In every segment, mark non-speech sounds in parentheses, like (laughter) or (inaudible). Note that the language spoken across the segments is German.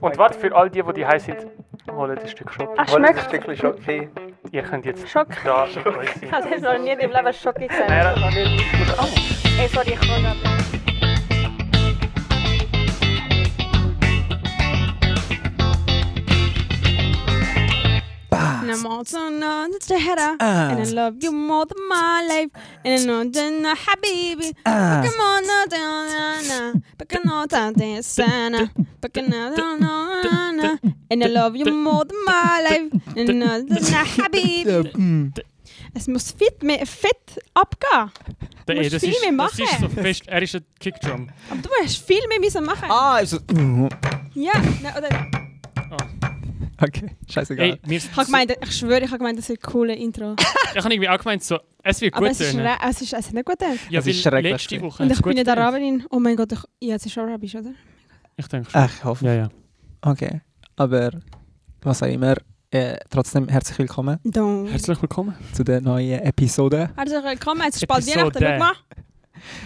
Und warte, für all die, die die heiß sind, Oh, holt ein Stück Schokolade. Ach, Hol jetzt ein schmeckt. Stückchen Schoki. Ihr könnt jetzt Schock. da eure- Ich habe noch nie im Leben Schoki gesehen. Nein, nein, nein. Ey, sorry, ich kann nicht. And I'm also known as the header. And I love you more than my life. And I know that I'm happy. uh, Come on, no, no, no, no. But I know that it's sana. But I know, no, no, no, no. And I love you more than my life. And I know that I'm happy. Es muss fit, mehr, fit abgehen. Der, musst das, viel ist, mehr das machen. ist so fest. Er ist ein Kickdrum. Aber du hast viel mehr müssen machen. Ah, also. Ja, nou, ne, oder, ich Okay, scheißegal. Ey, mir ist, habe gemeint, ich schwöre, ich habe gemeint, das ist ein cooles Intro. ich habe irgendwie auch gemeint, so, es wird Aber gut es ist, tönen. re- es ist, es ist nicht gut. gedacht. Ja, Es ist weil schrecklich letzte gewesen. Woche Und hat's ich gut bin nicht getönt. Araberin. Oh mein Gott, ich, ja, es ist Arabisch, oder? Ich denke schon. Ach, ich hoffe. Ja, ja. Okay. Aber was auch immer, äh, trotzdem herzlich willkommen Don't. Herzlich willkommen. zu der neuen Episode. Also, Herzlich willkommen, es ist bald Episode. Weihnachten, schau mal.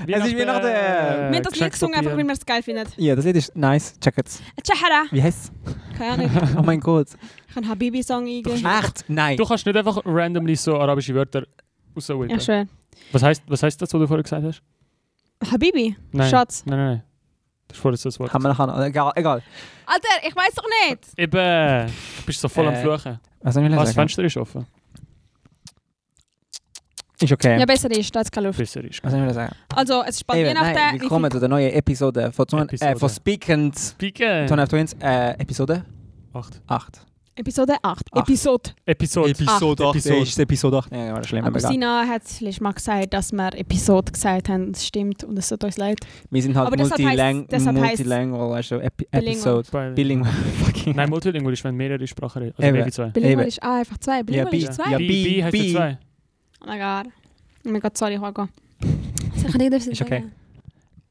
Es ist Weihnachten. äh, äh, Wir haben das Lied gesungen, einfach weil wir es geil finden. Ja, das Lied ist nice. Check it. Äh, Tschachara. Wie heißt Keine Ahnung, Oh mein Gott. (laughs) ich kann Habibi-Song eingeben. Echt? Nein. Du kannst nicht einfach randomly so arabische Wörter rausholen. Ja, schön. was, heißt, was heißt das, was du vorher gesagt hast? Habibi? Nein. Schatz. Nein, nein, nein. Das ist vorher so ein Wort. Haben wir nachher noch. äh, Egal. egal. Alter, ich weiß doch nicht. Eben. Du bist so voll am Äh, Fluchen. Was soll ich Ah, das sagen? Fenster ist offen. Ist okay. Ja, besser ist, da ist keine Luft. Besser ist. Was soll ich sagen? Also, es ist bald Eben, nein, Weihnachten. willkommen zu der neuen Episode von, Zone, äh, Episode. von Speak and Tone Piken. of Twins, äh, Episode Acht. 8. Episode 8. Acht. Episode. Episode. Episode acht. Episode. Ist Episode 8. Ja, war schlimm, aber Aber egal. Sina hat vielleicht mal gesagt, dass wir Episode gesagt haben. Das stimmt und es tut uns leid. Wir sind halt Aber deshalb multilang heisst- deshalb heisst- multilingual, also Epi Bilingual. Episode. Bilingual. Fucking. Nein, Multilingual ist, wenn mehrere Sprachen reden. Also Eben. Baby 2. Bilingual Eben. ist A einfach zwei. ja, Bilingual bi, ist zwei. ja, Bi- bi, Bi heißt ja bi. zwei. Oh mein Gott. Oh mein Gott, sorry, Hugo. Sicher nicht, dass ich Ist okay. sagen.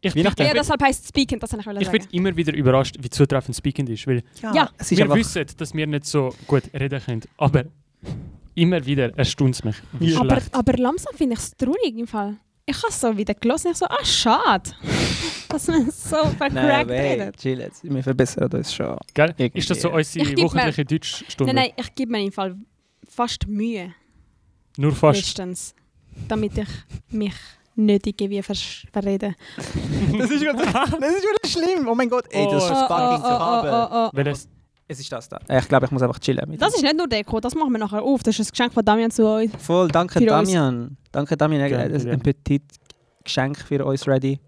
Ich Weihnachten. Ja, bin- deshalb heisst es Speaking, das wollte ich Ich sagen. bin immer wieder überrascht, wie zutreffend Speaking ist. Weil Ja. es ist wir einfach. wissen, dass wir nicht so gut reden können. Aber immer wieder erstaunt es mich, wie Ja. Aber, schlecht. aber langsam finde ich es traurig im Fall. Ich habe es so wieder gelesen ich so, ah, schade. (laughs) Dass man so Nein, vercrackt aber hey, redet. chill jetzt. Wir verbessern uns schon. Gell? Irgendwie. Ist das so unsere Ich geb mir- wöchentliche Deutschstunde? Nein, nein, ich gebe mir im Fall fast Mühe, Nur fast. bestens, damit ich mich nicht irgendwie versch- verrede. (laughs) Das ist ganz, (laughs) das ist wirklich schlimm. Oh mein Gott, ey, das ist Oh, das oh, fucking oh, oh, Kabel. oh, oh. Weil es Es ist das da. Äh, Ich glaube, ich muss einfach chillen. Mit Das uns. ist nicht nur Deko, das machen wir nachher auf. Das ist ein Geschenk von Damian zu euch. Voll, danke Für uns. Damian. Danke Damian, er Gerne, hat ein gerne. petit Geschenk für uns ready.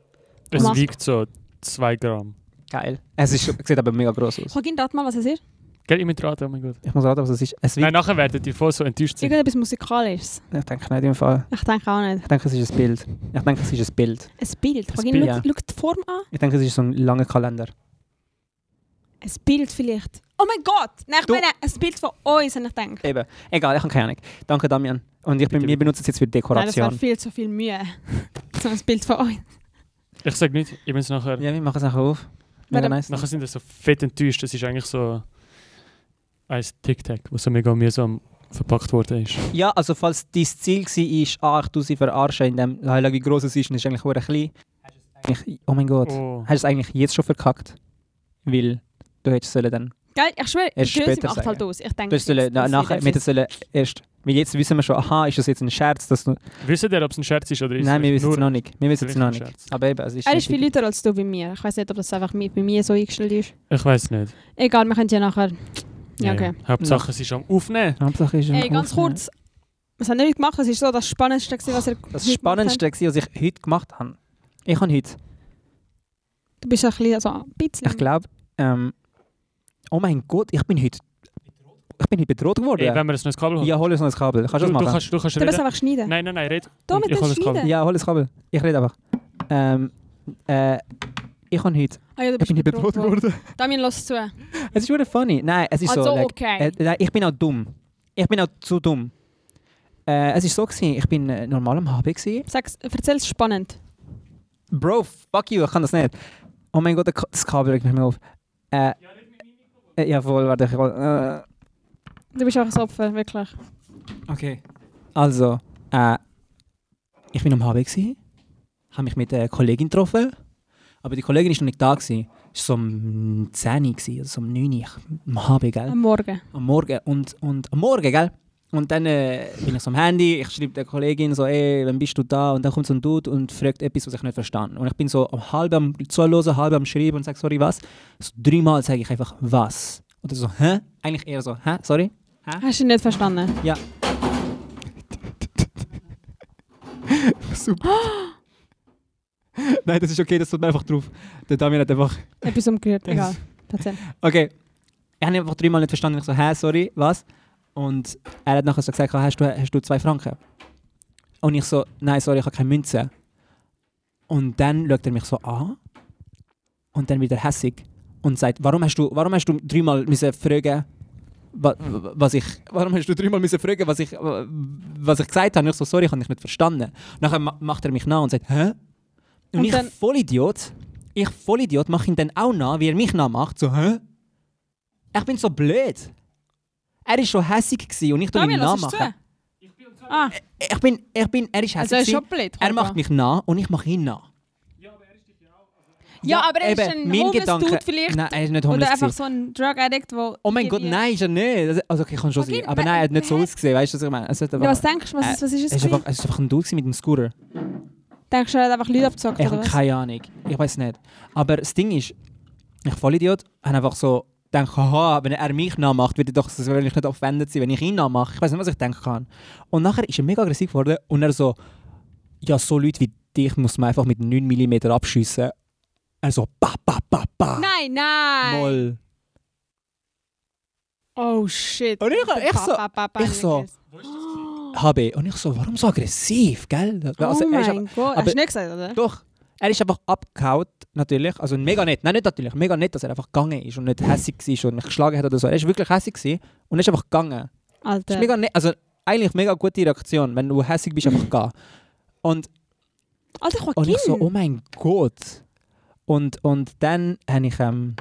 es Mach. wiegt so 2 Gramm. Geil. Es ist, sieht aber mega gross aus. Hagin, rat mal, was es ist. Gell, immer dran, oh mein Gott. Ich muss raten, was es ist. Es Nein, wird, nachher werdet ihr voll so enttäuscht sein. Irgendetwas Musikalisches. ich denke nicht im Fall. Ich denke auch nicht. Ich denke, es ist ein Bild. Ich denke, es ist ein Bild. Ein Bild. Ein Hagin, Bild, schau ja. schau die Form an. Ich denke, es ist so ein langer Kalender. Ein Bild vielleicht. Oh mein Gott! Nein, ich Du- meine, ein Bild von uns, habe ich gedacht. Eben. Egal, ich habe keine Ahnung. Danke Damian. Und ich bin, Bitte, wir bitte. benutzen es jetzt für Nein, das war Dekoration. viel zu viel Mühe. (laughs) so ein Bild von euch. Ich sag nicht, ich muss nachher. ja, wir machen es nachher auf. Mega Warte. nice. Nachher sind wir so fett enttäuscht. Das ist eigentlich so ein Tic-Tac, was so mega mühsam verpackt worden ist. Ja, also falls dein Ziel war, ah, ich tu sie verarschen, indem Heilig wie gross es ist, und es ist eigentlich verdammt klein. Eigentlich, oh mein Gott. Oh. Hast du es eigentlich jetzt schon verkackt? Weil du hättest sollen dann. Gell, ich schwöre, Erst die Größe später macht halt sagen. aus. Ich denke, Du hättest sollen, na, nachher, wir hätten sollen erst. Weil jetzt wissen wir schon, aha, ist das jetzt ein Scherz? Dass du, Wisst ihr, ob es ein Scherz ist oder ist nein, wir es wissen es nur noch nicht. Wir wissen es vielleicht noch ein nicht. Scherz? Aber eben, es ist. er ist nicht- viel lauter als du bei mir. Ich weiß nicht, ob das einfach mi- bei mir so eingestellt ist. Ich weiß nicht. Egal, wir können ja nachher. Ja, okay. Hauptsache, es ist am Aufnehmen. Hauptsache ist Ey, ganz kurz. Was haben wir heute gemacht? Das ist so das Spannendste, gewesen, was er Das heute gemacht Spannendste, war, was ich heute gemacht habe. Ich habe heute, hat. Du bist ein bisschen, also ein bisschen. ich glaube, ähm, oh mein Gott, ich bin heute. Ich bin heute bedroht Ey, geworden. wenn wir das neues Kabel holen. Ja, hol uns noch ein Kabel. Kannst du du, das du machen? kannst, du kannst du bist reden. einfach schneiden. Nein, nein, nein, red. Da Und mit ich dem hol das Kabel. Schneiden. Ja, hol das Kabel. Ich rede einfach. Ähm, äh, ich habe heute. Ah, ja, du Ich bist bin nicht bedroht worden. Damian, los zu. Es ist wirklich funny. Nein, es ist Also, so. like, okay. äh, nein, ich bin auch dumm. Ich bin auch zu dumm. Äh, es ist so gewesen, ich bin äh, normal am HB gewesen. Sag's, erzähl's spannend. Bro, fuck you, ich kann das nicht. Oh mein Gott, der Ka- das Kabel regt mich mehr auf. Äh, äh, jawohl, warte, ich hol- Du bist auch ein Opfer, wirklich. äh, Okay. Also, äh, ich bin am HB gewesen, habe mich mit einer Kollegin getroffen, aber die Kollegin ist noch nicht da gewesen. Es war so um 10 Uhr, gewesen, also so um 9 Uhr ich- am Abend, gell? Am Morgen. Am Morgen. Und, und am Morgen, gell? Und dann äh, bin ich so am Handy, ich schreibe der Kollegin so, ey, wann bist du da? Und dann kommt so ein Dude und fragt etwas, was ich nicht verstanden Und ich bin so am halb am Zuhören, halb am Schreiben und sage, sorry, was? So dreimal sage ich einfach, was? Und er so, hä? Eigentlich eher so, hä? Sorry? Hast du nicht verstanden? Super. Nein, das ist okay, das tut mir einfach drauf. Der Damian hat einfach Etwas umgerührt, Das- egal. (laughs) Erzähl. Okay. Ich habe einfach dreimal nicht verstanden. Ich so, hä, sorry, was? Und er hat nachher so gesagt, hast du, hast du zwei Franken? Und ich so, nein, sorry, ich habe keine Münze. Und dann schaut er mich so an und dann wieder hässig und sagt, warum hast du, warum hast du dreimal müssen fragen, wa- wa- was ich, warum hast du dreimal müssen fragen, was ich, wa- was ich gesagt habe? Und ich so, sorry, ich habe dich nicht verstanden. Nachher ma- macht er mich nach und sagt, hä? Und, Und ich, dann- Vollidiot, ich Vollidiot, mache ihn dann auch nach, wie er mich nachmacht, so, hä? Ich bin so blöd. Er war schon hässig gewesen und ich tu ihn Damian, lass es nachmachen. zu. Ah, Ich bin, ich bin, er ist hässig. also er ist gewesen. schon blöd. Er macht mich nah und ich mache ihn nah. Ja, aber er ist eben, ein mein homeless Gedanke- Dude vielleicht. Nein, er ist nicht Oder homeless. einfach gewesen. so ein Drug Addict, der... Oh mein Gott, nein, ist er nicht. Also, Also, okay, kann schon Okay, sein. Aber nein, nein, er hat nicht so hä? ausgesehen. Weißt du, was ich meine? Es hat Ja, einfach, was denkst du? Was ist, was ist es? es ist einfach, gewesen? es ist einfach ein Dude gewesen mit einem Scooter. Denkst du, er hat einfach Leute abgezockt Ich oder habe was? keine Ahnung. Ich weiß nicht. Aber das Ding ist, ich Vollidiot, habe einfach so gedacht, haha, wenn er mich nachmacht, wird er doch so nicht offendet sein, wenn ich ihn nachmache. Ich weiß nicht, was ich denken kann. Und nachher ist er mega aggressiv geworden und er so, ja, so Leute wie dich muss man einfach mit 9 mm abschiessen. Er so, ba, ba, ba, ba. Nein, nein. Moll. Oh shit. Und ich- ich so- Papa, Papa, ich so- Niklas. HB. Und ich so, warum so aggressiv, gell? Also, oh er ist mein Gott. Hast aber- du nicht gesagt, oder? Doch. Er ist einfach abgehauen, natürlich. Also mega nett. Nein, nicht natürlich. Mega nett, dass er einfach gegangen ist und nicht hässig war und mich geschlagen hat oder so. Er ist wirklich hässig gewesen und er ist einfach gegangen. Das Alter. ist mega nett. Also eigentlich mega gute Reaktion, wenn du hässig bist, einfach gehen. Und, Alter, Joaquin. und ich so, oh mein Gott. Und, und dann habe ich, ähm,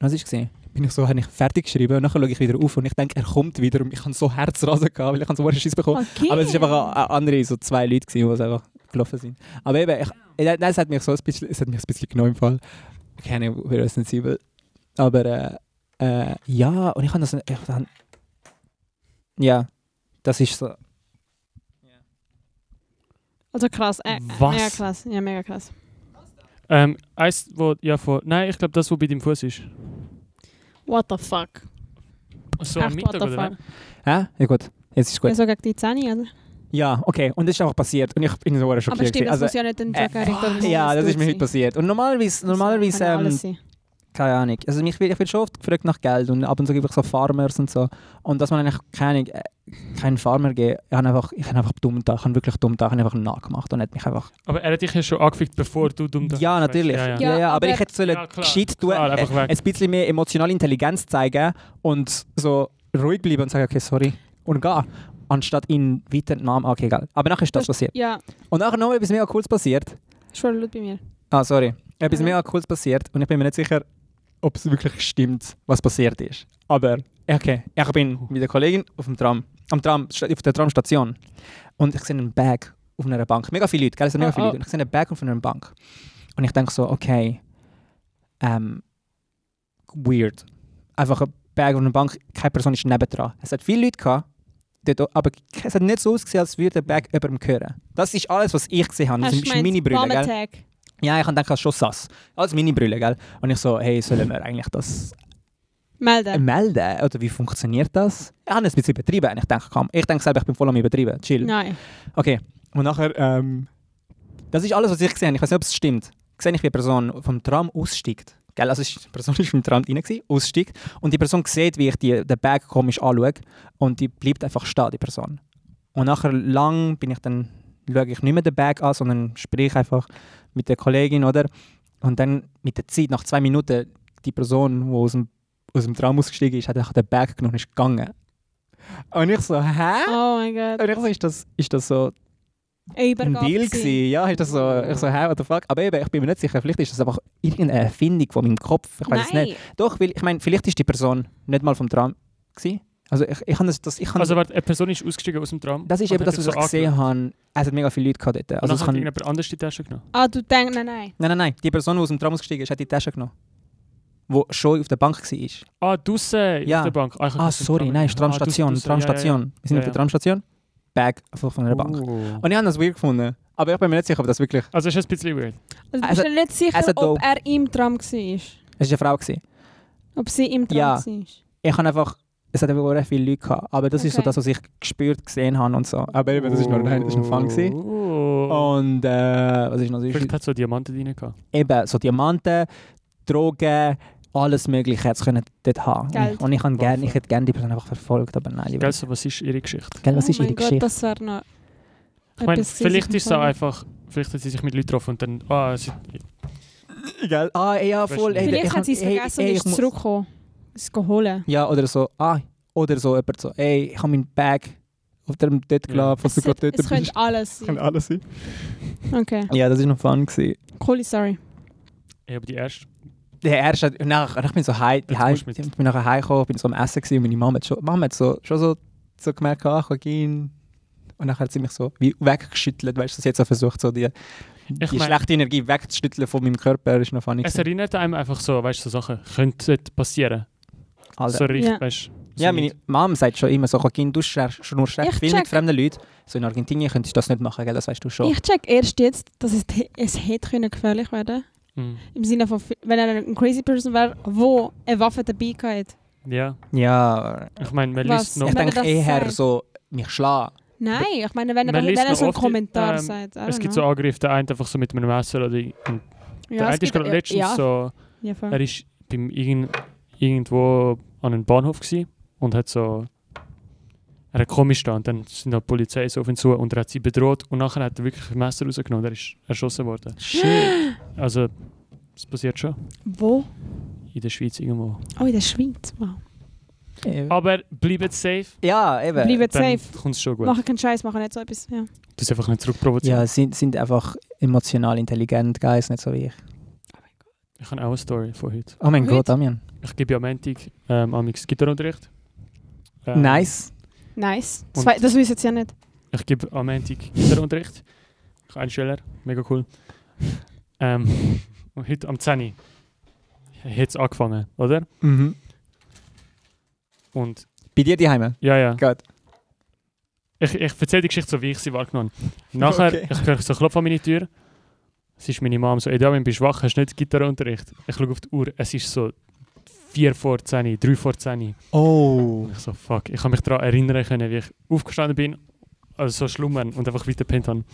was ist gesehen? Bin ich so, habe ich fertig geschrieben und nachher schaue ich wieder auf und ich denke, er kommt wieder und ich habe so Herzrasen gehabt, weil ich habe so einen Schiss bekommen. Joaquin. Aber es waren einfach a- a- andere, so zwei Leute, gewesen, die einfach gelaufen sind. Aber eben, ich, nein, es hat mich so ein bisschen, es hat mich ein bisschen genommen im Fall. Keine Ahnung, wie sensibel. Aber äh, äh, ja, und ich habe das... Ich, dann, ja, das ist so... Also krass. Äh, äh, Was? Mega krass. Ja, mega krass. Ähm, eins, wo, ja, vor, nein, ich glaube, das, wo bei deinem Fuß ist. What the fuck? So Echt, am Mittag, what the oder? fuck? Hä? Ja gut, jetzt ist Ja, gut. so gegen die Zähne, oder? Ja, okay, und das ist einfach passiert. Und ich bin so schockiert. Aber gewesen. stimmt, das also, muss ja nicht ein Drug äh, Addict oder ja, das ist mir heute passiert. passiert. Und normalerweise, normalerweise ähm, keine Ahnung. Also mich, wird- ich werde schon oft gefragt nach Geld und ab und zu gebe ich so Farmers und so. Und dass man eigentlich keine, äh, keinen Farmer geben, ich habe einfach, ich habe einfach dumm da, ich habe wirklich dumm da, ich habe einfach nachgemacht und hat mich einfach. Aber er hat dich ja schon angefickt, bevor du dumm da ja, warst, natürlich. weißt du? Ja, Ja, ja. ja. Ja, aber aber- ich hätte sollen Ja, klar. gescheit tun, Klar, einfach äh, weg. ein bisschen mehr emotionale Intelligenz zeigen und so ruhig bleiben und sagen, okay, sorry und gehen. Anstatt ihn weiter Namen, okay, egal. Aber nachher ist das passiert. Ja, Und nachher noch etwas mega Cooles passiert. schon laut bei mir. Ah, sorry. Etwas Ja. mega Cooles passiert und ich bin mir nicht sicher, ob es wirklich stimmt, was passiert ist. Aber, okay, ich bin mit der Kollegin auf dem Tram, am Tram, sta- auf der Tramstation und ich sehe einen Bag auf einer Bank. Mega viele Leute, gell? Es sind mega Oh, viele oh. Leute. Und ich sehe einen Bag auf einer Bank. Und ich denke so, okay, ähm, weird. Einfach ein Bag auf einer Bank, keine Person ist nebendran. Es hat viele Leute gehabt, dort, aber es hat nicht so ausgesehen, als würde der Bag jemandem gehören. Das ist alles, was ich gesehen habe. Das Hast du ist meine Brille, gell? Tag. Ja, ich habe gedacht, schon sass. Als meine Brille, gell? Und ich so, hey, sollen wir eigentlich das äh, Melden. melden? Oder wie funktioniert das? Ich habe es ein bisschen übertrieben. Ich denke, komm, ich denke selber, ich bin voll am Übertrieben. Chill. Nein. Okay. Und nachher, ähm, das ist alles, was ich gesehen habe. Ich weiß nicht, ob es stimmt. Sehe ich, wie eine Person vom Tram aussteigt. Gell? Also, ist- die Person (laughs) ist vom Tram rein, gewesen, aussteigt. Und die Person sieht, wie ich die, den Bag komisch anschaue. Und die bleibt einfach stehen, die Person. Und nachher lang bin ich dann, schaue ich nicht mehr den Bag an, sondern sprich einfach mit der Kollegin, oder? Und dann mit der Zeit, nach zwei Minuten, die Person, die aus dem, aus dem Tram ausgestiegen ist, hat einfach den Bag genommen und ist gegangen. Und ich so, hä? Oh mein Gott. Und ich so, ist das, ist das so Eine ein Übergabe. Deal gewesen. Oh. gewesen. Ja, ist das so, ich so, hey, what the fuck? Aber eben, ich bin mir nicht sicher, vielleicht ist das einfach irgendeine Erfindung von meinem Kopf, ich weiß es Nein. nicht. Doch, weil, ich meine, vielleicht ist die Person nicht mal vom Tram gewesen. Also ich, ich habe das, das, ich habe, Also, warte, eine Person ist ausgestiegen aus dem Tram. das ist eben und hat das, was dich ich so angeschaut. gesehen habe. Es hat mega viele Leute gehabt dort. Und Also dann es hat kann, nein, irgendjemand anders die Tasche genommen. Ah, du denkst, nein, nein. nein, nein, die Person, die aus dem Tram ausgestiegen ist, hat die Tasche genommen. der schon auf der Bank war. Ah, draussen Ja. auf der Bank. ich hab Ah, gedacht, im sorry, Tram. nein, ist Ah, Tramstation. draussen, draussen, Tramstation. Wir sind Ja, auf der ja. Tramstation. Bag einfach von ja, ja. einer Bank. Oh. Und ich habe das weird gefunden. Aber ich bin mir nicht sicher, ob das wirklich. Also ist das ein bisschen weird. Also bist Also, du nicht sicher, also ob dope. er im Tram war? Es war eine Frau. Gewesen. Ob sie im Tram Ja. war? Ich habe einfach. Es hat einfach sehr viele Leute gehabt. Aber das ist so Okay. das, was ich gespürt, gesehen habe und so. Aber eben, das ist nur nein, das ist ein Fang. Gewesen. Oh. Und äh, was ist noch sonst? Vielleicht hat es so Diamanten drin gehabt. Eben, so Diamanten, Drogen, alles Mögliche hätte es können dort haben. Und ich- Geld. Und ich, habe gern, ich hätte gerne die Person einfach verfolgt, aber nein, lieber. Gell, so, was ist ihre Geschichte? Gell, was oh ist ihre mein Gott, Geschichte? das wäre noch. Ich meine, etwas gewesen, vielleicht was ich ist es auch empfehlen. einfach, vielleicht hat sie sich mit Leuten getroffen und dann, ah, sie, Gell? Ah, ja, voll. Weißt du ey, nicht. Vielleicht ich- hat sie es ey, vergessen ey, und ich ist muss- zurückgekommen. Es geholt. Ja, oder so, ah, oder so, jemand so, ey, ich habe meinen Bag auf dem dort Ja. gelassen, falls Es, du gerade dort es könnte bist. alles sein. alles sein. Okay. Ja, das war noch fun. Gewesen. Coole Story. ich habe die erste. Der erste, nach, ich bin so heim, Jetzt heim musst du mit- ich bin nachher heimgekommen, bin so am Essen gewesen, und meine Mama hat schon, Mama hat so, schon so, so gemerkt, ah, Joaquin. Und nachher hat sie mich so wie weggeschüttelt, weißt du, sie hat so versucht, so die, Ich die meine- schlechte Energie wegzuschütteln von meinem Körper, ist noch funny. Es gewesen. erinnert einem einfach so, weißt du, so Sachen könnten passieren. Alter. So richtig, Ja. weißt du. so Ja, meine nicht. Mom sagt schon immer so, Joaquin, du schaffst schon nur schlecht Ich viel mit check- fremden Leuten. So in Argentinien könntest du das nicht machen, gell? das weißt du schon. Ich check erst jetzt, dass es, es hätte können gefährlich werden Mhm. Im Sinne von, wenn er ein crazy person wäre, wo eine Waffe dabei hat. Ja, Ja, ich meine, man Was? liest Ja. noch. Ich Wenn er denke das eher sagt. so, mich schlagen. Nein, ich meine, wenn er, Man wenn liest er so einen noch oft, Kommentar ähm, sagt. I Es don't gibt so know. Angriffe, der eine einfach so mit einem Messer oder die, und ja, der es eine ist gibt- gerade letztens ja, so, Ja, voll. er ist beim irgend, irgendwo an einem Bahnhof gsi und hat so, er hat komisch da und dann sind da die Polizei so auf ihn zu und er hat sie bedroht und nachher hat er wirklich ein Messer rausgenommen und er ist erschossen worden. Shit. Also, es passiert schon Wo? in der Schweiz irgendwo. Oh, in der Schweiz. Wow. Aber bleibt safe, ja, eben. Bleibt dann safe. kommt es schon gut. Machen keinen Scheiß, machen nicht so etwas. Ja. Du es einfach nicht zurückprovozieren. Ja, sind, sind einfach emotional intelligent, Guys, nicht so wie ich. Ich habe auch eine Story von heute. Oh mein Heute? Gott, Damian. Ich gebe ja am Montag ähm, amix Gitarrenunterricht. Ähm, Nice. Nice. Und- Das, wei- das weiß jetzt ja nicht. Ich gebe am Montag Gitarrenunterricht. Ich habe einen Schüler, mega cool. Ähm, und heute am 10. hat es angefangen, oder? Mhm. Und Bei dir die Heime? ja, ja. Gut. Ich, ich erzähle die Geschichte so, wie ich sie wahrgenommen habe. Nachher, Okay. ich höre so klopfen an meine Tür. Es ist meine Mom so, «Ey, Damien, bist du wach? Hast du nicht Gitarrenunterricht?» Ich schaue auf die Uhr, es ist so 4 vor 10, 3 vor 10. Oh. Und ich so, fuck, ich kann mich daran erinnern können, wie ich aufgestanden bin, also so schlummern und einfach weiter gepennt habe.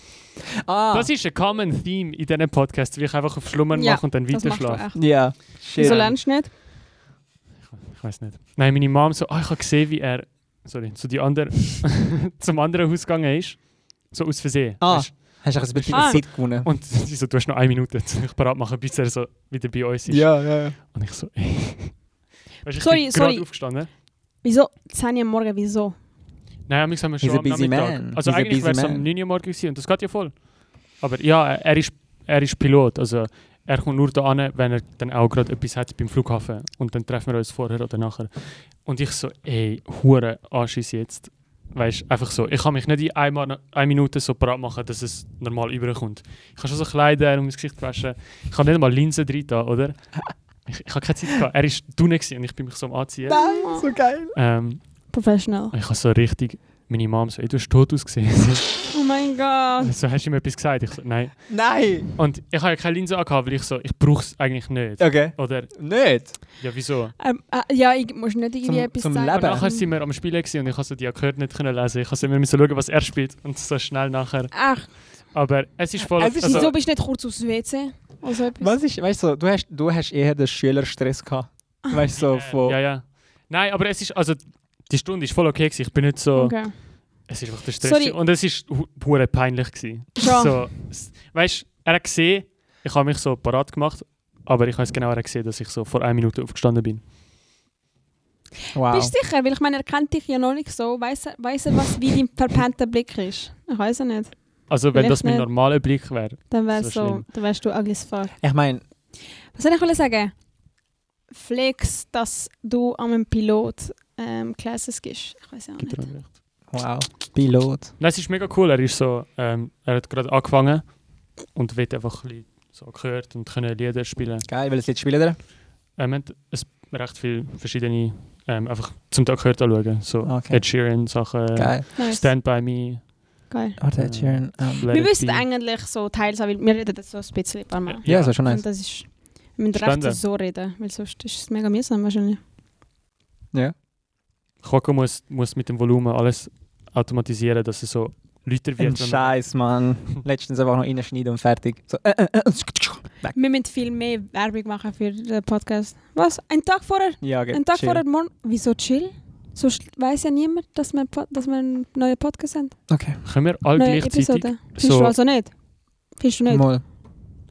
Ah. Das ist ein common theme in diesen Podcasts, wie ich einfach auf Schlummern Ja, mache und dann Das machst du weiterschlafe. echt. ja. Shit. Wieso lernst du nicht? Ich weiß nicht. Nein, meine Mom so, ah, ich habe gesehen, wie er, sorry, zu die andere, (laughs) zum anderen Haus gegangen ist. So aus Versehen. Ah. weisst Hast du auch ein bisschen Ah. Zeit gewonnen? du? Und (laughs) sie so, du hast noch eine Minute, um dich bereit machen, bis er so wieder bei uns ist. ja, ja. Und ich so, ey. Weißt, ich Sorry, bin gerade sorry. aufgestanden. Wieso? 10 Uhr am Morgen, wieso? Nein, manchmal haben wir He's schon a am busy Nachmittag. man. Also He's a eigentlich busy wäre es am man. 9 Uhr morgens gewesen und das geht ja voll. Aber ja, er ist, er ist Pilot, also er kommt nur da an, wenn er dann auch gerade etwas hat beim Flughafen und dann treffen wir uns vorher oder nachher. Und ich so, ey, hure Anschiss jetzt. Weißt einfach so. Ich kann mich nicht in einer eine Minute so parat machen, dass es normal überkommt. Ich habe schon so Kleider um mein Gesicht waschen. Ich habe nicht mal Linsen drin, da, oder? Ich, ich habe keine Zeit gehabt. Er ist drinnen gewesen und ich bin mich so am Anziehen. Nein, so geil. Ähm, Professional. ich habe so richtig meine Mom so, ey, du hast tot (laughs) ausgesehen. (laughs) Sie Oh mein Gott. so, hast du ihm etwas gesagt? Ich so, nein. Nein. Und ich habe ja keine Linse angehabt, weil ich so, ich brauche es eigentlich nicht. Okay. Oder, Nicht. ja, wieso? Ähm, äh, ja, ich muss nicht irgendwie Zum- etwas zum sagen. Leben. Und nachher sind wir am Spielen gewesen und ich habe so die Akkorde nicht können lesen. Ich musste immer müssen schauen, was er spielt und so schnell nachher. Ach, Aber es ist voll... Es ist also, wieso bist du nicht kurz aus dem WC? Oder so Also etwas? Was ist, weißt du, du hast, du hast eher den Schülerstress gehabt. Weißt du, so von. äh, ja, ja. Nein, aber es ist, also, die Stunde ist voll okay gewesen. Ich bin nicht so... Okay. Es ist einfach der Stress. Sorry. gewesen. Und es ist hu- hure peinlich gewesen. Schon. So, s- weißt, er hat gesehen, ich habe mich so parat gemacht, aber ich weiß genau, er hat gesehen, dass ich so vor einer Minute aufgestanden bin. Wow. Bist du sicher? Weil ich meine, er kennt dich ja noch nicht so. Weiß er, weiss er was wie dein verpennter Blick ist? Ich weiß es nicht. Also wenn Vielleicht das mein nicht. normaler Blick wäre. Dann wär's So so, schlimm. dann wärst du ugly as fuck. Ich meine, Was soll ich wollen sagen? Flex, dass du an einem Pilot ähm, Classes gibst. Ich weiß auch nicht. Genau. Nein, wow. Pilot. es ist mega cool. Er ist so, ähm, er hat gerade angefangen und wird einfach ein bisschen so gehört und können Lieder spielen. Geil, welches Lied spielen wir? äh, wir haben es recht viele verschiedene, ähm, einfach zum Tag gehört anschauen. So Ah, Okay. Ed Sheeran, Sachen, Geil. Nice. Stand By Me, Geil. Warte, Ed Sheeran. ähm, Let Wir It wissen Be. eigentlich so teils, weil wir reden das so ein bisschen ein paar Mal. Ja, das ist schon Und nice. das ist, wir müssen Spannend. recht so reden, weil sonst ist es mega mühsam wahrscheinlich. Coco muss, muss mit dem Volumen alles automatisieren, dass es so Leute wird. Ein wenn man- (laughs) Scheiß, Mann. Letztens einfach noch reinschneiden und fertig. So, äh, äh, äh, weg. Wir müssen viel mehr Werbung machen für den Podcast. Was? Ein Tag vorher? Ja, ge- Ein Tag chill. vorher morgen? Wieso chill? So weiß ja niemand, dass wir, einen Pod- dass wir einen neuen Podcast haben. Okay, Können wir alle Neue gleichzeitig, Episode. Findest so- du also nicht? Findest du nicht? mal.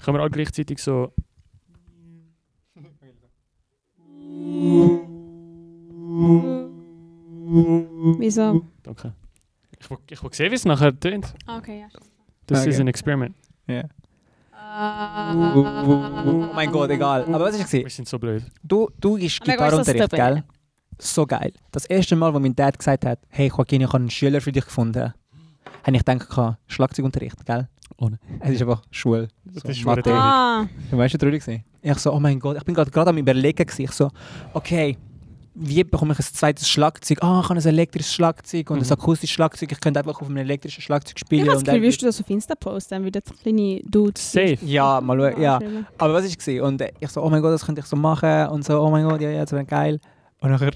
können wir alle gleichzeitig so. Wieso? Danke. Ich will, ich will sehen, wie es nachher tönt. Okay, ja. Das Okay. ist ein Experiment. Ja. Ah. Oh mein Gott, egal. Aber was ich gesehen? Wir sind so blöd. Du, du gibst Aber ich weiß, dass Gitarrenunterricht, du gell? So geil. Das erste Mal, wo mein Dad gesagt hat, hey Joaquin, ich habe einen Schüler für dich gefunden, habe ich gedacht, "Ka, Schlagzeugunterricht, gell? Ohne. Es ist einfach Schule. Das So, ist Mathe. verdammt traurig. Ah, Du weißt, wie traurig war ich? Ich so, oh mein Gott, ich bin gerade gerade am überlegen gewesen. Ich so, okay, wie bekomme ich ein zweites Schlagzeug? Ah, ich habe ein elektrisches Schlagzeug und ein akustisches Schlagzeug. Ich könnte einfach auf einem elektrischen Schlagzeug ich spielen. habe das und Gefühl, dann- wirst du das auf Insta posten, wie der kleine Dude. Safe. ja, mal schauen, ja. Anschreiben. Aber was ich gesehen und äh, ich so, oh mein Gott, das könnte ich so machen und so, oh mein Gott, ja, ja, das wäre geil. Und nachher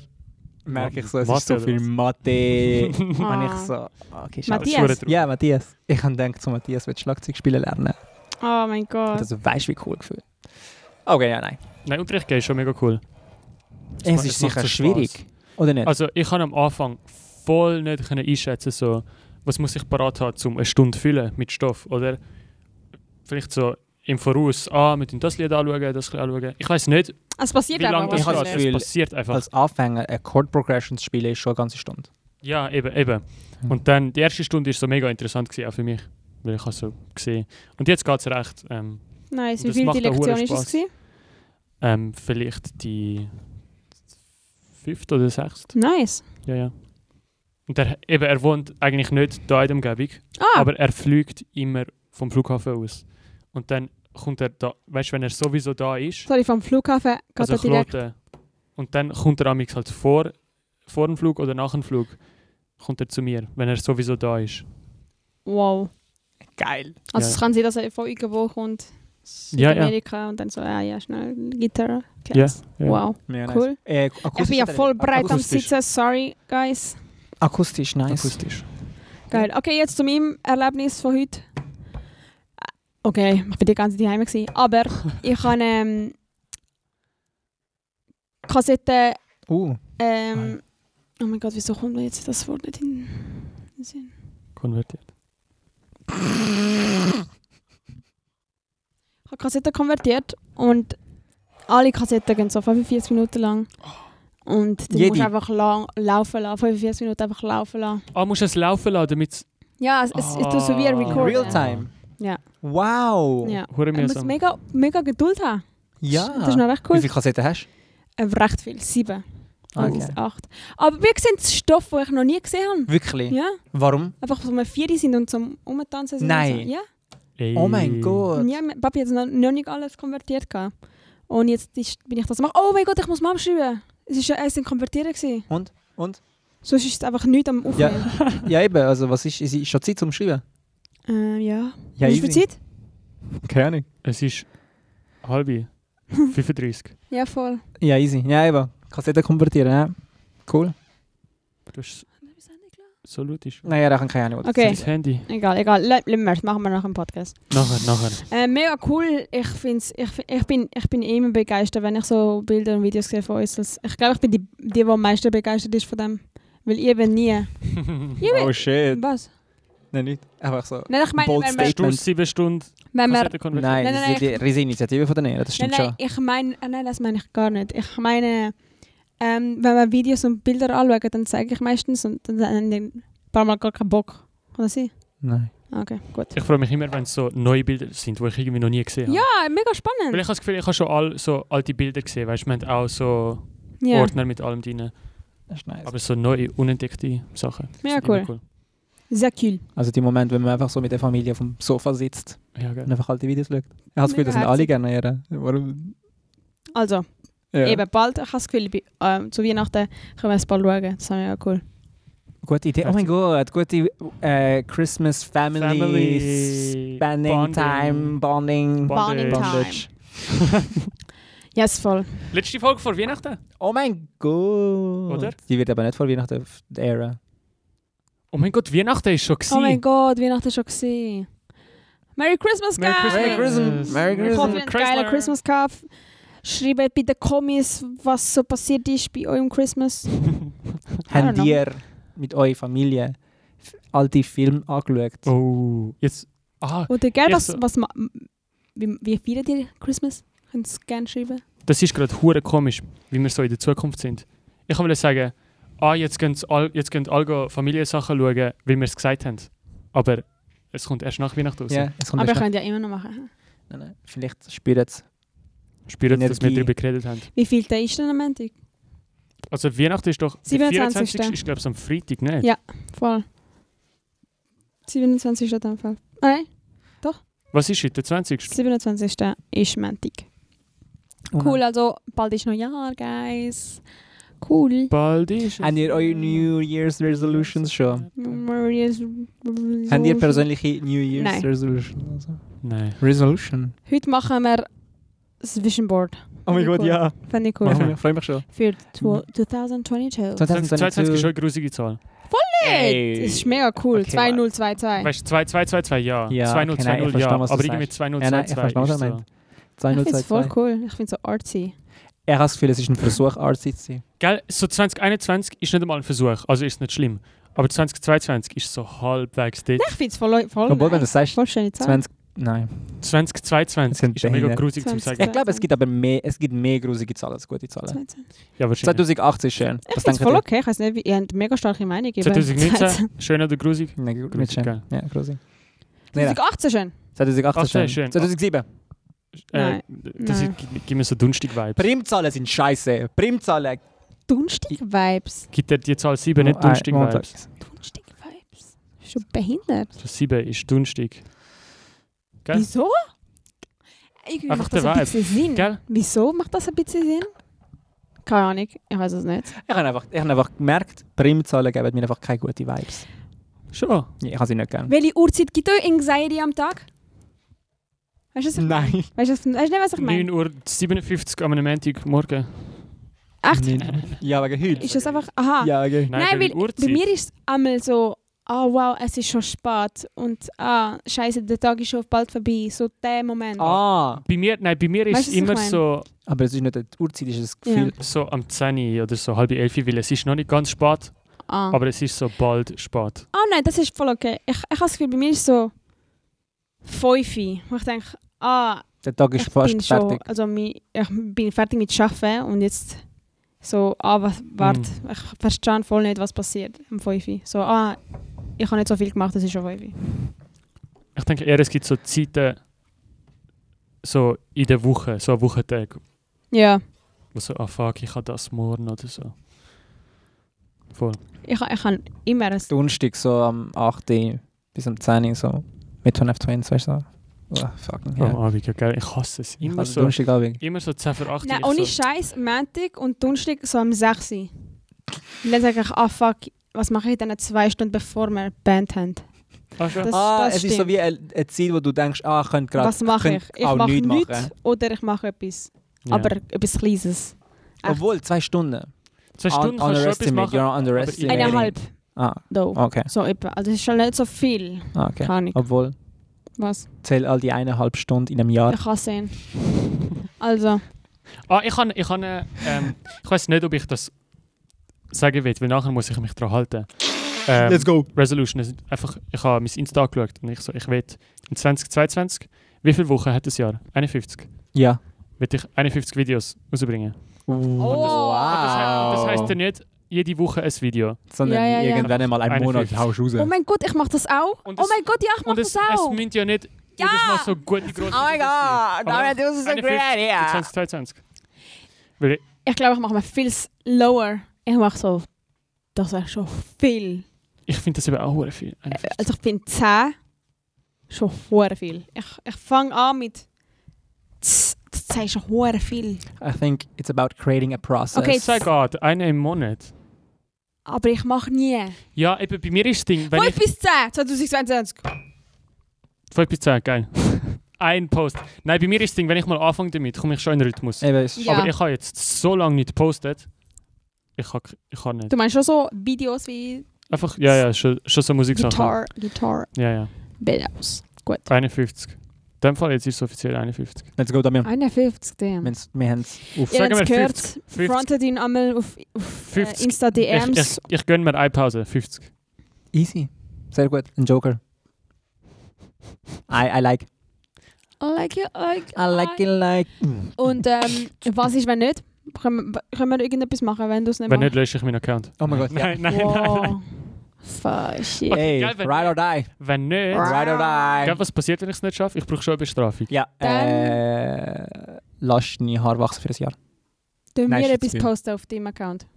merke ich so, es Mathe ist so oder viel was? (laughs) Mathe. und Ah. ich so, okay, schau. Matthias. Das ist verdammt Ja, Matthias. Ich habe gedacht, so Matthias wird Schlagzeug spielen lernen. Oh mein Und Gott. das weißt du, wie cool gefühlt. Okay, ja, nein. traurig. Nein, Unterricht gehen ist schon mega cool. Es Es macht- ist es macht sicher so schwierig, oder nicht? Also ich kann am Anfang voll nicht können einschätzen so, was muss ich parat haben, um eine Stunde zu füllen mit Stoff oder vielleicht so im Voraus, ah, wir tun das Lied anschauen, das Lied anschauen. Ich weiß nicht, Es passiert wie lange einfach das Ich habe geht. das wahrscheinlich. Es Gefühl, passiert einfach. Als Anfänger eine Chord Progression zu spielen, ist schon eine ganze Stunde. Hm. Ja, eben, eben. Und dann, die erste Stunde ist so mega interessant gewesen, auch für mich, weil ich habe so gesehen. Und jetzt geht es recht, ähm, Nice, wie Das viel macht die auch Lektion verdammt ist es? Spaß. gewesen? ähm, vielleicht die fünfte oder sechste. Nice. Ja, ja. Und er, eben, er wohnt eigentlich nicht da in der Umgebung. Ah, aber er fliegt immer vom Flughafen aus. Und dann kommt er da, weißt du, wenn er sowieso da ist, sorry, vom Flughafen geht also er direkt. Kloten, und dann kommt er amix halt vor, vor dem Flug oder nach dem Flug, kommt er zu mir, wenn er sowieso da ist. Wow. Geil. Also Ja. es kann sein, dass er von irgendwo kommt, Ja, ja. Südamerika, und dann so, ja, ja, schnell Gitarre. Ja, Klasse. ja. Wow. Ja, nice. Cool. Äh, Ich bin ja voll breit am Akustisch. Sitzen, sorry, guys. Akustisch, nice. Akustisch. Geil. Okay, jetzt zu meinem Erlebnis von heute. Äh, Okay, ich bin die ganze Zeit daheim, gewesen, (laughs) aber ich habe ähm, Kassette Uh, Ähm, oh mein Gott, wieso kommt mir jetzt das Wort nicht in den Sinn? Konvertiert. Ich habe Kassetten konvertiert und alle Kassetten gehen so 45 Minuten lang. Und die Jede? musst du einfach lang, laufen lassen, 45 Minuten einfach laufen lassen. Ah, musst du es laufen lassen, damit es... Ja, es, es, es tut so wie ein Ah. in Cool. Record. real time. Ja. Wow. Ja. Hure Man muss mühsam. mega, mega Geduld haben. Ja. Das ist noch recht Wie cool. viele Kassetten hast Äh, recht viel, sieben. du? Ah, Also acht. Aber wir sehen Stoff, den ich noch nie gesehen habe. Wirklich? Ja, Warum? einfach so wir Vieri sind und zum Umtanzen sind. und Nein. So. Ja. Ey. Oh mein Gott. Ja, mein Papi hat noch, noch nicht alles konvertiert. Gehabt. Und jetzt ist, bin ich das gemacht. Oh mein Gott, ich muss Mom schreiben. Es ist ja erst ein Konvertieren. Gewesen. Und? Und? Sonst ist es einfach nichts am Ja. Aufnehmen. Ja, eben. Also, was ist, ist, ist schon Zeit zum Schreiben? Ja. Ähm, ja. Ja, Was ist für easy. Zeit? Keine Ahnung. Es ist (laughs) halb 35. Ja, voll. Ja, easy. Ja, eben. Kassetten konvertieren, ja. Cool. Du hast so laut ist. Naja, da kann keine Ahnung. was Okay. das Das Handy. Egal, egal. Lassen wir es. Machen wir nach dem Podcast. Nachher, (laughs) nachher. Äh, mega cool. Ich, find's, ich, fi- ich, bin, ich bin immer begeistert, wenn ich so Bilder und Videos sehe von uns. Das- Ich glaube, ich bin die, die, die am meisten begeistert ist von dem. Weil ich bin nie... Ich ist. bin, Oh shit. Was? Nein, nicht. Einfach so. Nein, ich meine, Bold Also, wenn wir... statement. Du hast sieben Stunden Wenn wir Kassette konvertiert. Nein, Nein, das nein, ist die riesige Initiative von der Nähe. Das Nein, stimmt nein, schon. ich meine, ah, nein, das meine ich gar nicht. Ich meine, ähm, wenn wir Videos und Bilder anschauen, dann zeige ich meistens und dann haben die ein paar Mal gar keinen Bock. Kann das sein? Nein. Ah, Okay, gut. Ich freue mich immer, wenn es so neue Bilder sind, die ich irgendwie noch nie gesehen habe. Ja, mega Weil spannend. ich habe das Gefühl, ich habe schon all, so alte Bilder gesehen, weißt du, wir haben auch so Ja, Ordner mit allem drin, Das ist nice. aber so neue, unentdeckte Sachen. mega Sind cool. immer Sehr cool. Also die Momente, wenn man einfach so mit der Familie auf dem Sofa sitzt Ja, und geil. einfach alte Videos schaut. Ich habe das Gefühl, das Mega sind alle herzig. gerne. Ja. Warum? Also, Ja. Eben bald, ich habe das Gefühl, ich bin, ähm, zu Weihnachten können wir es bald schauen. Das ist ja cool. Gute Idee. Oh mein Gott, gute äh, Christmas Family, Family. Spending Bonding. Time, Bonding. Bondage. Bonding Bondage. Time. Yes, voll. Letzte Folge vor Weihnachten. Oh mein Gott. Oder? Die wird aber nicht vor Weihnachten auf die Ära. Oh mein Gott, Weihnachten ist schon Oh mein gewesen. Gott, Weihnachten schon gesehen. Merry Christmas, Merry guys! Christmas. Merry Christmas. Merry Ich hoffe, ihr Christmas. habt einen geilen Christmas. Christmas gehabt. Schreibt bei den Kommis, was so passiert ist bei eurem Christmas. Habt don't know. ihr mit eurer Familie f- alte Filme angeschaut? (laughs) Oh, jetzt. Ah, Oder gell, Ich was, so- was ma- wie, wie feiert ihr Christmas? Könnt ihr es gerne schreiben? das ist gerade hure komisch, wie wir so in der Zukunft sind. Ich wollte sagen, ah, jetzt gehen all, jetzt gehen all go Familiensachen schauen, weil wir es gesagt haben. Aber es kommt erst nach Weihnachten raus. Ja, es kommt Aber ihr erst nach- könnt ja immer noch machen. Nein, nein, Vielleicht spürt es. Spüren, dass wir Energie. darüber geredet haben. Wie viel da ist denn am Montag? Also Weihnachten ist doch... 27.. Der 24. ist, glaube ich, am Freitag, ne? nicht? Ja. Voll. 27. in dem Fall. Ah, Nein, Was ist heute, der 20.? 27. ist Montag. Cool, also bald ist noch Jahr, guys. Cool. Bald ist es. Habt ihr eure New Year's Resolutions schon? Habt Haben ihr persönliche New Year's Nein. Resolution? Also? Nein. Resolution? Heute machen wir das Vision Board. Oh mein Gott, ja. Fände ich Ich cool. Machen wir. freue mich schon. Für two- 2022. 22 ist schon 2022. eine grusige Zahl. Hey, Das ist mega cool. Okay, 2022. Weißt du, 2222, ja. Ja, 2020, okay, nein, ich ja. verstehe, was du Aber irgendwie sagst. Ja, nein, 2022 ich verstehe, was ist er so. meint. Ich finde es voll 2022. cool. Ich finde es so artsy. Ich habe das Gefühl, es ist ein Versuch, artsy zu sein. Gell, so 2021 ist nicht einmal ein Versuch, also ist nicht schlimm. Aber 2022 ist so halbwegs dort. Ich finde es voll, voll, Obwohl, wenn du nice. sagst, voll schöne Zahl. 20... Nein. Das 2022 sind ist ja mega behindert. grusig zum 20. sagen. Ich glaube, es gibt aber mehr, es gibt mehr grusige Zahlen als gute Zahlen. 20. Ja, wahrscheinlich. 2018 ist schön. Ich Was finde es denkt voll ihr? okay. Ich weiß nicht, wie- ihr habt eine mega starke Meinung. aber 2019, schön oder grusig? Nein, gut, nicht schön. Geil. Ja, grusig. Nein, nein. 2018 schon. 2018 Achtzehn ist schön. schön. 2007. Äh, Nein. das Nein. ist- gibt gibt mir so dunstig Vibes. Primzahlen sind scheiße. Primzahlen. Dunstig Vibes. Gibt dir die Zahl 7 nicht Nein, dunstig äh, Montag. Vibes? Dunstig Vibes. Schon behindert. So 7 ist dunstig. Gell? Wieso? Irgendwie Einfach macht das der ein bisschen Sinn. Gell? Wieso macht das ein bisschen Sinn? Keine Ahnung, ich weiß es nicht. Ich habe einfach, ich hab einfach gemerkt, Primzahlen geben mir einfach keine guten Vibes. Schon. Ja, Ich habe sie nicht gern. Welche Uhrzeit gibt euch Anxiety am Tag? Weißt du, was ich- Nein. weißt du, was- weißt du nicht, was ich meine? 9.57 Uhr am Montagmorgen. Echt? Ja, wegen heute. Ist das einfach. Aha. Ja, wegen heute. Nein, wegen weil bei mir ist es einmal so, ah wow, es ist schon spät und ah, scheiße, der Tag ist schon bald vorbei. So der Moment. Ah. Bei mir, nein, bei mir ist es Weißt du, was ich immer meine? so, Aber es ist nicht die Uhrzeit, es ist das Ja. Gefühl. so am 10 Uhr oder so halb 11 Uhr, weil es ist noch nicht ganz spät, Ah. aber es ist so bald spät. Ah nein, das ist voll okay. Ich, ich habe das Gefühl, bei mir ist es so 5 Uhr, wo ich denke, ah, Der Tag ist ich bin fast schon, fertig. also mi- ich bin fertig mit Arbeiten und jetzt so, ah, was, warte, Hm. ich verstehe voll nicht, was passiert um 5 Uhr. So, ah, ich habe nicht so viel gemacht, es ist schon 5 Uhr. Ich denke eher, es gibt so Zeiten so in der Woche, so ein Wochentag, Ja, wo so, ah fuck, ich habe das morgen oder so. Voll. ich, ha- ich habe immer ein... Donnerstag so am 8. Uhr bis am 10. Uhr so mit 12 auf 20, weißt du? so. Oh, fucking Am hell. Abend, ja, gell? Ich hasse es. Immer Also so, Donnerstagabend. immer so 10 vor 8 Nein, Uhr. ohne so, Scheiß, Montag und Donnerstag so am 6 Uhr. Und dann sage ich, ah, fuck, was mache ich dann zwei Stunden, bevor wir Band haben? ah, schon? Das- Ah, es ist so stimmt. wie ein, ein Ziel, wo du denkst, ah, ich könnte gerade was mache ich? könnte Ich auch mache nichts nichts machen. oder ich mache etwas. Ja. Aber etwas Kleines. Echt. Obwohl, zwei Stunden. Zwei Stunden Un kannst du etwas underestimate, machen. you're underestimating. Eineinhalb, Ah, though. okay. So etwa. Also es ist schon nicht so viel. Ah, okay. Keine Ahnung. Obwohl, Was? zähl all die eineinhalb Stunden in einem Jahr. Ich kann sehen. Also, Ah, ich kann, ich kann, äh, ähm, ich weiß nicht, ob ich das sagen will, weil nachher muss ich mich daran halten. Ähm, go. Resolution ist einfach, ich habe mein Insta angeschaut und ich so, ich will in 2022, wie viele Wochen hat das Jahr? 51. Ja. Will ich 51 Videos rausbringen. Ah, Oh. Das, he- das heisst ja nicht, nicht jede Woche ein Video. sondern Ja, ja, ja. irgendwann einmal einen Monat 51. haust du raus. oh mein Gott, ich mache das auch. Und oh es- mein Gott, ja, ich mache Und das, es, es auch. müssen ja nicht Ja! Oh jedes Mal so gute, große Oh Videos sein. this is Oh, a great Aber 2022. ich glaube, ich mache mal viel lower. Ich mache so, das wäre schon viel. Ich finde das eben auch hure viel. 51. Also ich finde 10 schon sehr viel. Ich, ich fange an mit 10 sagst schon hure viel. I think it's about creating a process. Okay, Sei Gott, eine im Monat. Aber ich mache nie. Ja, eben bei mir ist das Ding, wenn ich... 5 bis 10, 2022. 5 bis 10, geil. (laughs) Ein Post. Nein, bei mir ist das Ding, wenn ich mal anfange damit, komme ich schon in den Rhythmus. Eben, es- Ja. Aber ich habe jetzt so lange nicht gepostet. Ich habe ich hab nicht. Du meinst schon so Videos wie Einfach, ja, ja, schon, schon so Musiksachen. Guitar, Guitar Ja, ja. Videos. Gut. 51. In dem Fall jetzt ist es offiziell 51. Let's go, Damian. 51 DM. Wenn's- Wir haben es. Ihr Sagen habt wir es gehört, 50. 50. frontet ihn einmal auf, auf äh, 50. Ich, ich, Insta-DMs. ich gönne mir eine Pause, 50. Easy. Sehr gut. Ein Joker. I, I like. I like you, I like, I like, I like. mm. Oh, Und ähm, was ist, wenn nicht? Können, wir- können wir irgendetwas machen, wenn du es nicht Wenn nicht, (laughs) machst? lösche ich meinen Account. Oh mein Gott. ja. Nein, nein, nein, nein. wow. Fuck, shit. Hey, Geil, wenn- ride or die. Wenn nicht, Wow. Ride or die. gell, was passiert, wenn ich es nicht schaffe? Ich brauche schon eine Bestrafung. Ja, Dann- äh, lass deine Haare wachsen für ein Jahr. Tun Nein, wir ist jetzt etwas viel. posten auf deinem Account?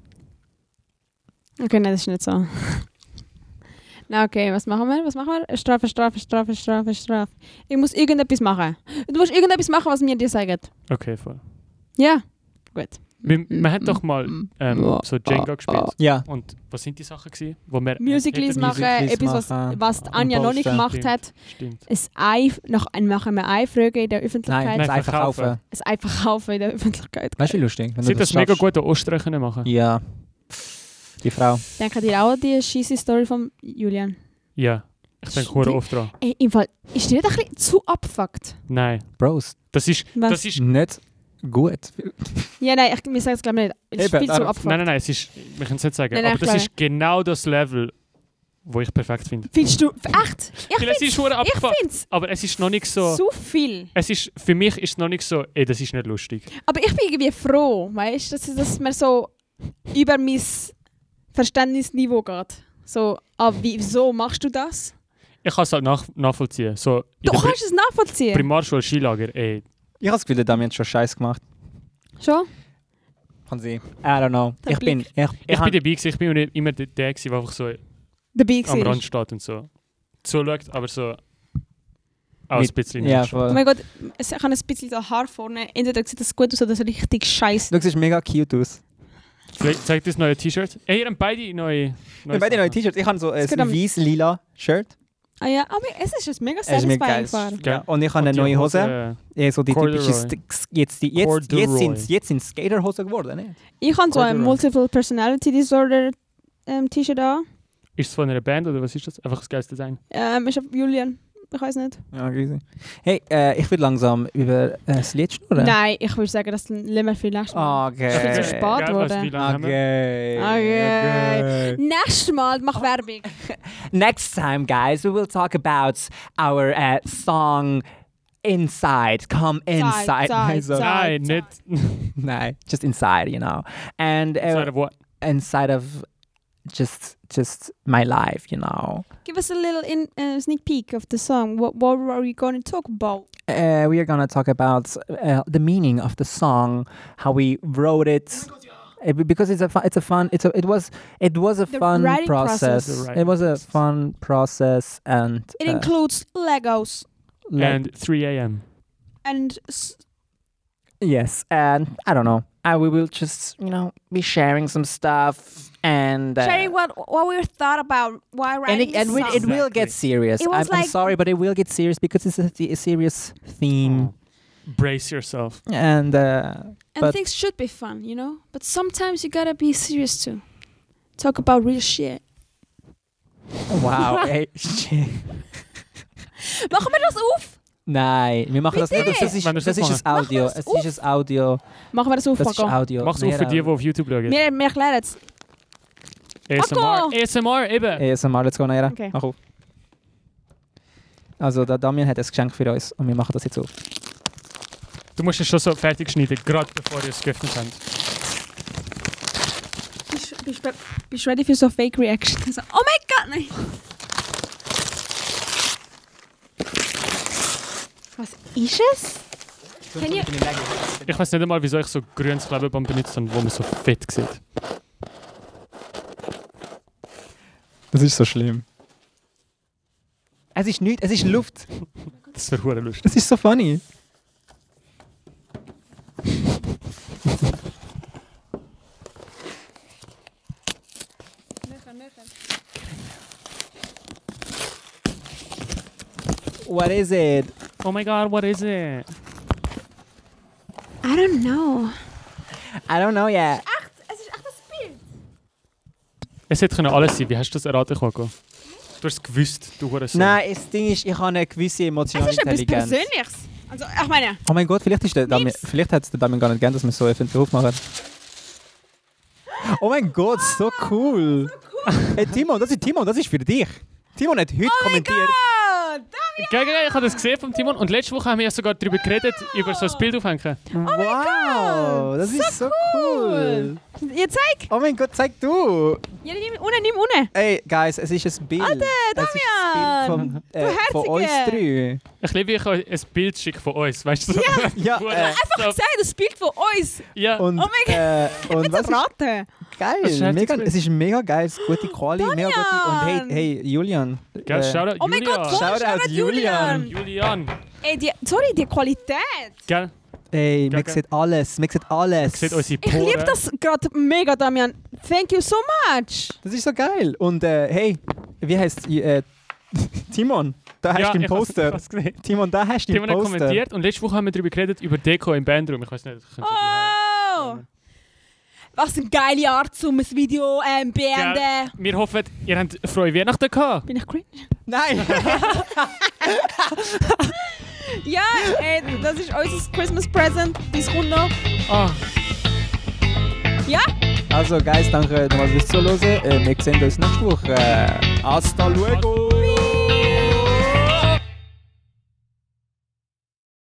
Okay, nein, das ist nicht so. (laughs) Na okay, was machen wir? Was machen wir? Strafe, Strafe, Strafe, Strafe, Strafe. Ich muss irgendetwas machen. Du musst irgendetwas machen, was mir dir sagen. Okay, voll. Ja, gut. Wir, wir haben doch mal Mm. Äh, ähm, so Jenga gespielt. Ja. Und was sind die Sachen gewesen, wo wir... Musicals hätten- machen, Musicals etwas, machen. was, was die Anja noch nicht posten. gemacht hat. Stimmt. Ein Ei, noch ein, machen wir Ei fragen in der Öffentlichkeit. Nein, Nein, nein, einfach verkaufen. kaufen. Ein Ei verkaufen in der Öffentlichkeit. Weißt du, wie lustig? Wenn Sie du hat das mega schaffst. gut an Ostern können machen Ja. Die Frau. Denkt ihr auch an die scheisse Story von Julian? Ja. Ich denke hure oft dran. Ey, im Fall, ist die nicht ein bisschen zu abfuckt? Nein. Bros. Das ist... Was? Das ist Nicht gut. Ja, nein, ich, wir sagen es glaube ich nicht. Es ist Eben, viel zu darum- abfuckt. nein, nein, nein, es ist... Wir können es nicht sagen. Nein, nein, aber das klar. ist genau das Level, wo ich perfekt finde. Findest du, echt? Ich Weil es ist hure ich abgefuckt. find's Aber es ist noch nicht so... zu viel. Es ist, für mich ist es noch nicht so, ey, das ist nicht lustig. Aber ich bin irgendwie froh, weißt du, dass, dass man so über mein Verständnisniveau geht. So, ah, wieso machst du das? Ich kann es halt nach, nachvollziehen. So, in Du der Pri kannst es nachvollziehen. Primarschule Skilager, ey. Ich habe das Gefühl, der Damian hat schon Scheiß gemacht. Schon? Kann sie. I don't know. Der ich bin. Blick. Ich, Ich hab- bin dabei, gewesen, ich bin immer- immer der, der gewesen, der einfach so Dabei am Rand gewesen. steht und so zuschaut, aber so auch ein Mit- bisschen Ja, nicht. Oh voll. mein Gott, es kann ein bisschen so Haar vorne. Entweder sieht das gut aus oder so richtig scheiße. Du siehst mega cute aus. Vielleicht zeigt das neue T-Shirt. Ey, ihr habt beide neue Wir haben beide neue Sachen. T-Shirts. Ich habe so ein Es geht um am- weiß-lila Shirt. Ah ja, aber es ist ein mega Es ist mega satisfying. geil. Fahr. Ja. Und ich habe Und eine die neue Hose. Ja, so die Corduroy. typische St- jetzt, die, jetzt, jetzt Corduroy. sind jetzt sind Skaterhosen geworden, ne? Ich habe so ein Corduroy. Multiple Personality Disorder ähm, T-Shirt an. Ist es von einer Band oder was ist das? Einfach das geilste Design. Ähm, ich habe Julian. Ich weiß nicht. Ja, crazy. Hey, äh, ich würde langsam über äh, das Lied schnurren. Nein, ich würde sagen, das lassen wir für nächstes Mal. Okay. Ich bin zu spät Geil, was, geworden. wie lange haben wir? Äh, Okay. Okay. Nächstes Mal mach Werbung. Next time, guys, we will talk about our uh, song Inside. Come inside. Side, So- side. Nein, nicht. (laughs) No, just inside, you know. And (laughs) uh, Sorry, what? inside of just just my life, you know. Give us a little in, uh, sneak peek of the song. What, what are we going to talk about? Uh, we are gonna talk about uh, the meaning of the song, how we wrote it, Uh, be- because it's a fun, it's a fun, it's a, it was it was a The fun writing process. process. The writing It was a process. fun process, and It uh, includes Legos like- And 3 a.m. and s- yes, and I don't know. I we will just you know be sharing some stuff and uh, sharing what what we thought about why and writing it, and this we, song. it will get serious. It I'm, was I'm like- sorry, but it will get serious because it's a, th- a serious theme, Brace yourself. and uh, and but- things should be fun, you know. But sometimes you gotta be serious too. Talk about real shit. (laughs) wow, ey, shit. Machen wir das auf? Nein, wir machen das nicht. Bitte? Das ist, Wenn du es das ist nicht ein Audio. Machen wir Es das ist ein Audio. Machen wir das auf, Das ist Marco. Audio. Mach's auch für die, die auf YouTube schauen. Wir, wir erklären es. ASMR. ASMR, eben. ASMR, Eh, let's go, Naira. Okay. Mach auf. Also, der Damian hat ein Geschenk für uns und wir machen das jetzt auf. Du musst es schon so fertig schneiden, gerade bevor ihr es geöffnet habt. Bist du ready für so Fake Reaction? So, (laughs) oh mein Gott, nein! Was ist es? Can you- Ich weiß nicht einmal, wieso ich so grünes Klebeband benutzt habe, wo man so fett sieht. Das ist so schlimm. Es ist nichts, es ist Luft. Das wäre hure lustig. Das ist so funny. What is it? Oh my god, what is it? I don't know. I don't know yet. Es ist echt ein Spiel. Es hätte können alles sein. Wie hast du das erraten, Coco? Du hast es gewusst, du Hurensohn. Nein, das Ding ist, ich habe eine gewisse Es emotionale ist etwas Intelligenz. Persönliches. Also, ich meine, Oh mein Gott, vielleicht, ist der Damian, Nimm's. vielleicht hat es der Damian gar nicht gern, dass wir so öffentlich aufmachen. Oh mein Gott, so cool. Hey Timon, das ist Timon, das ist für dich. Timon hat heute kommentiert. oh, Gell, gell, ich habe das gesehen von Timon und letzte Woche haben wir ja sogar darüber geredet, über so ein Bild aufhängen. Oh wow, das ist so cool. da, ihr zeig. Oh mein Gott, zeig du. Ja, nimm ohne, nimm ohne. Ey, guys, es ist ein Bild. Alter, es ist ein Bild vom, äh, Oh, Du von uns drei. Ich liebe, wie ich euch ein Bild schicke von uns, weißt du? so- (laughs) Ja, äh, Einfach gesagt, das Bild von uns. ja. und, Oh mein Gott. äh, und Mit was dem ist Raten. Das ist geil? heftig Mega, cool. es ist mega geil, gute Quali, mega gute. Und hey, Damian! hey Julian. Äh, Gell, Shoutout Oh mein Julian. Gott, komm, Shoutout Shoutout Julian. Julian. Julian. Ey, die, sorry, die Qualität. Gell, Ey, Gell, man gell. sieht alles, man sieht alles. seht unsere Ich Poren. liebe das gerade mega, Damian. Thank you so much. Das ist so geil. Und äh, hey, wie heißt äh, (laughs) Timon? Da hast Ja, du den ich hab's- ich Poster. hab's gesehen. Timon, da hast du den Timon hat Poster. kommentiert und letzte Woche haben wir darüber geredet, über Deko im Bandroom. Ich weiß nicht, ich könnte Oh! Was eine geile Art, um ein Video ähm, Gell. beenden. Wir hoffen, ihr habt frohe Weihnachten gehabt. Bin ich cringe? Nein! Ja, äh, das ist unser Christmas Present. Bis kommt noch. Ah. Ja? also, Guys, danke nochmal fürs Zuhören. Äh, wir sehen uns nächste Woche. Hasta luego!